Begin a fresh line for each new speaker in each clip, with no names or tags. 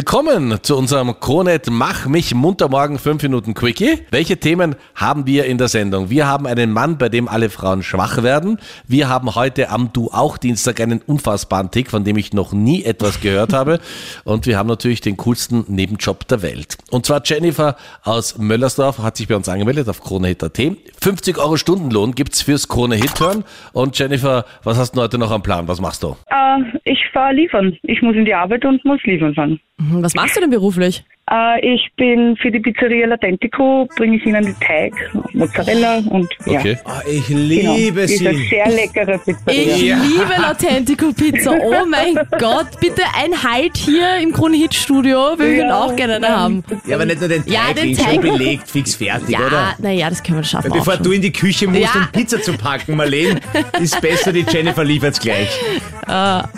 Willkommen zu unserem Kronet Mach mich munter morgen 5 Minuten Quickie. Welche Themen haben wir in der Sendung? Wir haben einen Mann, bei dem alle Frauen schwach werden. Wir haben heute am Du auch Dienstag einen unfassbaren Tick, von dem ich noch nie etwas gehört habe. Und wir haben natürlich den coolsten Nebenjob der Welt. Und zwar Jennifer aus Möllersdorf hat sich bei uns angemeldet auf KroneHit.at. 50 Euro Stundenlohn gibt's fürs Krone Hit hören. Und Jennifer, was hast du heute noch am Plan? Was machst du?
Äh, ich fahre liefern. Ich muss in die Arbeit und muss liefern fahren.
Hm, Was machst du denn beruflich?
Äh, ich bin für die Pizzeria Latentico, bringe ich ihnen den Teig, Mozzarella und ja.
Okay.
Ah, ich
Genau.
liebe
Ist eine
sie.
sehr leckere Pizzeria.
Ich liebe Lautentico Pizza. Oh mein Gott, bitte ein Halt hier im Krone-Hit-Studio. Wir würden auch gerne eine haben.
Ja, aber nicht nur den Teig,
Ja, den
den
Teig.
schon belegt, fix fertig,
Ja,
oder?
naja, das können wir schaffen. Auch
Bevor
schon.
du in die Küche musst,
Ja.
um Pizza zu packen, Marleen, ist besser, die Jennifer liefert's gleich.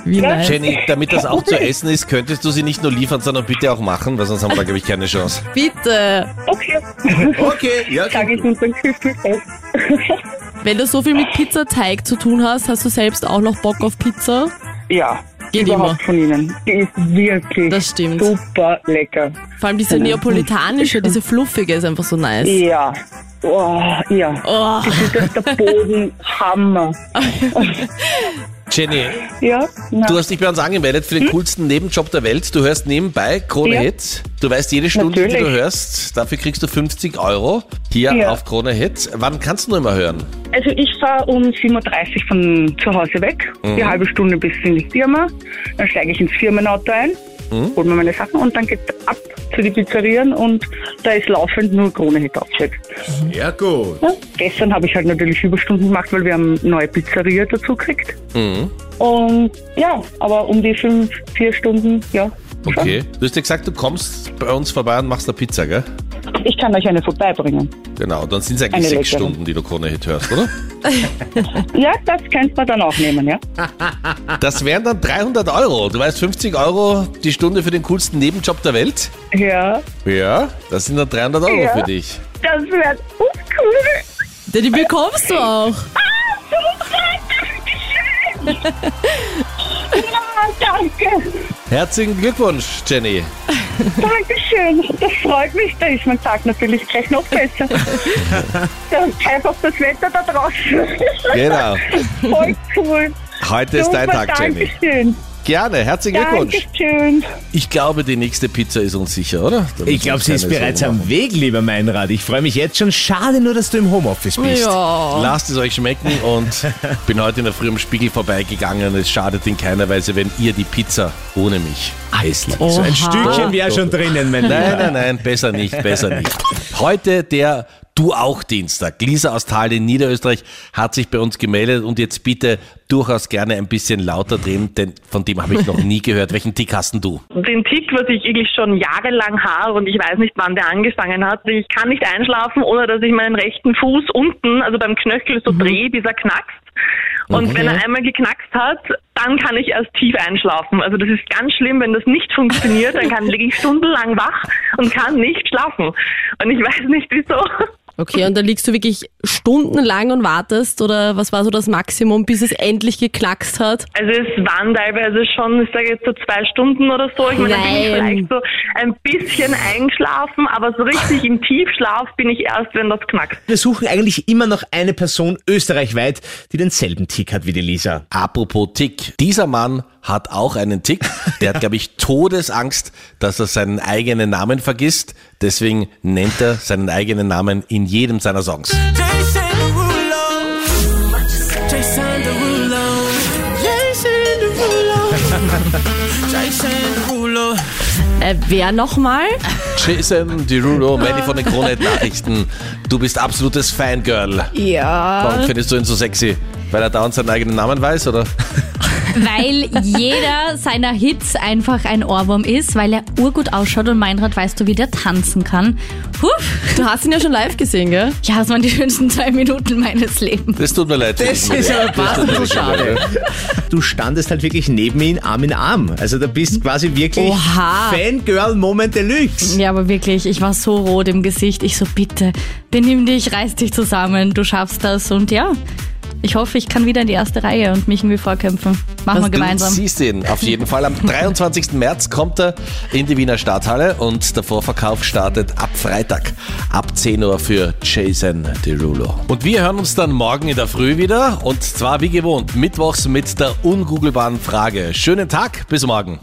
Wie nice.
Jenny, damit das auch zu essen ist, könntest du sie nicht nur liefern, sondern bitte auch machen, weil sonst haben wir da, glaube ich, keine Chance.
Bitte.
Okay,
Okay, ja,
sage ich unseren Küffel fest.
Wenn du so viel mit Pizzateig zu tun hast, hast du selbst auch noch Bock auf Pizza?
Ja,
Geht
überhaupt
immer.
von ihnen. Die ist wirklich
Das stimmt.
super lecker.
Vor allem diese neapolitanische, diese fluffige ist einfach so nice.
Ja. Oh, ja.
Oh,
Das ist der Boden Hammer.
Jenny,
Ja, na,
du hast dich bei uns angemeldet für den coolsten Nebenjob der Welt. Du hörst nebenbei Krone
Hm? Ja.
Hit. Du weißt jede Stunde, die du
Natürlich.
hörst. Dafür kriegst du 50 Euro hier
Ja.
auf Krone Hit. Wann kannst du nur immer hören?
Also ich fahre um 7.30 Uhr von zu Hause weg, die halbe Stunde bis in die Firma. Dann steige ich ins Firmenauto ein, hole mir meine Sachen und dann geht ab zu den Pizzerien und da ist laufend nur Krone hit aufsteigt.
Ja, gut.
Ja. Gestern habe ich halt natürlich Überstunden gemacht, weil wir haben neue Pizzeria dazu gekriegt. Und ja, aber um die fünf, vier Stunden, ja.
Okay. Du hast ja gesagt, du kommst bei uns vorbei und machst eine Pizza, gell?
Ich kann euch eine vorbeibringen.
Genau, dann sind es eigentlich
Eine
sechs
leckere.
Stunden, die du Krone Hit hörst, oder?
Ja, das könnt man dann auch nehmen, ja.
Das wären dann 300 Euro. Du weißt, 50 Euro die Stunde für den coolsten Nebenjob der Welt.
Ja,
Ja, das sind dann 300 Euro
Ja.
für dich.
das wird uncool.
denn die bekommst du auch.
Ah, danke.
Herzlichen Glückwunsch, Jenny.
Dankeschön, das freut mich. Da ist mein Tag natürlich gleich noch besser. Dann einfach das Wetter da draußen.
Genau.
Voll cool.
Heute ist dein
Super,
Tag, Jenny.
Dankeschön.
Gerne. Herzlichen Glückwunsch.
Dankeschön.
Ich glaube, die nächste Pizza ist uns sicher, oder? Da müssen
Ich glaube,
uns
sie ist
keine
bereits
Sorgen
am Weg, lieber Meinrad. Ich freue mich jetzt schon. Schade nur, dass du im Homeoffice bist.
Oh Ja.
machen. Lasst es euch schmecken und bin heute in der Früh im Spiegel vorbeigegangen. Es schadet in keiner Weise, wenn ihr die Pizza ohne mich esst.
So ein
Oha.
Stückchen wäre schon drinnen, mein
Nein,
Lieber.
nein, nein, besser nicht, besser nicht. Heute der Du auch Dienstag. Lisa aus Thal in Niederösterreich hat sich bei uns gemeldet und jetzt bitte durchaus gerne ein bisschen lauter drehen, denn von dem habe ich noch nie gehört. Welchen Tick hast denn du?
den Tick, was ich eigentlich schon jahrelang habe und ich weiß nicht, wann der angefangen hat. Ich kann nicht einschlafen, ohne dass ich meinen rechten Fuß unten, also beim Knöchel so drehe, bis er knackst. Und wenn er einmal geknackst hat, dann kann ich erst tief einschlafen. Also das ist ganz schlimm, wenn das nicht funktioniert, dann kann, liege ich stundenlang wach und kann nicht schlafen. Und ich weiß nicht wieso.
Okay, und dann liegst du wirklich stundenlang und wartest oder was war so das Maximum, bis es endlich geknackst hat?
Also es waren teilweise schon, ich sage jetzt so zwei Stunden oder so. Ich meine, da bin ich
Nein.
vielleicht so ein bisschen eingeschlafen, aber so richtig im Tiefschlaf bin ich erst, wenn das knackt.
Wir suchen eigentlich immer noch eine Person österreichweit, die denselben Tick hat wie die Lisa.
Apropos Tick. Dieser Mann hat auch einen Tick. Der hat, glaube ich, Todesangst, dass er seinen eigenen Namen vergisst. Deswegen nennt er seinen eigenen Namen in jedem seiner Songs.
Jason Derulo. Jason Derulo. Jason Derulo. Jason Derulo.
Äh, wer nochmal?
Jason Derulo, Mandy von den Kronet-Nachrichten. Du bist absolutes Fangirl.
Ja.
Warum findest du ihn so sexy? Weil er dauernd seinen eigenen Namen weiß, oder?
weil jeder seiner Hits einfach ein Ohrwurm ist, weil er urgut ausschaut und Meinrad weißt du, wie der tanzen kann. Puh,
Du hast ihn ja schon live gesehen, gell?
ja, das waren die schönsten zwei Minuten meines Lebens.
Das tut mir leid. für dich,
Das ist
Maria.
aber
Das tut mir
passend
wirklich
schade.
leid.
Du standest halt wirklich neben ihm Arm in Arm. Also da bist quasi wirklich
Oha.
Fangirl-Moment Deluxe.
Ja, aber wirklich, ich war so rot im Gesicht. Ich so, bitte, benimm dich, reiß dich zusammen, du schaffst das. Und ja, Ich hoffe, ich kann wieder in die erste Reihe und mich irgendwie vorkämpfen. Machen wir gemeinsam.
Siehst ihn auf jeden Fall. Am 23. März kommt er in die Wiener Stadthalle und der Vorverkauf startet ab Freitag ab 10 Uhr für Jason Derulo. Und wir hören uns dann morgen in der Früh wieder und zwar wie gewohnt, mittwochs mit der ungoogelbaren Frage. Schönen Tag, bis morgen.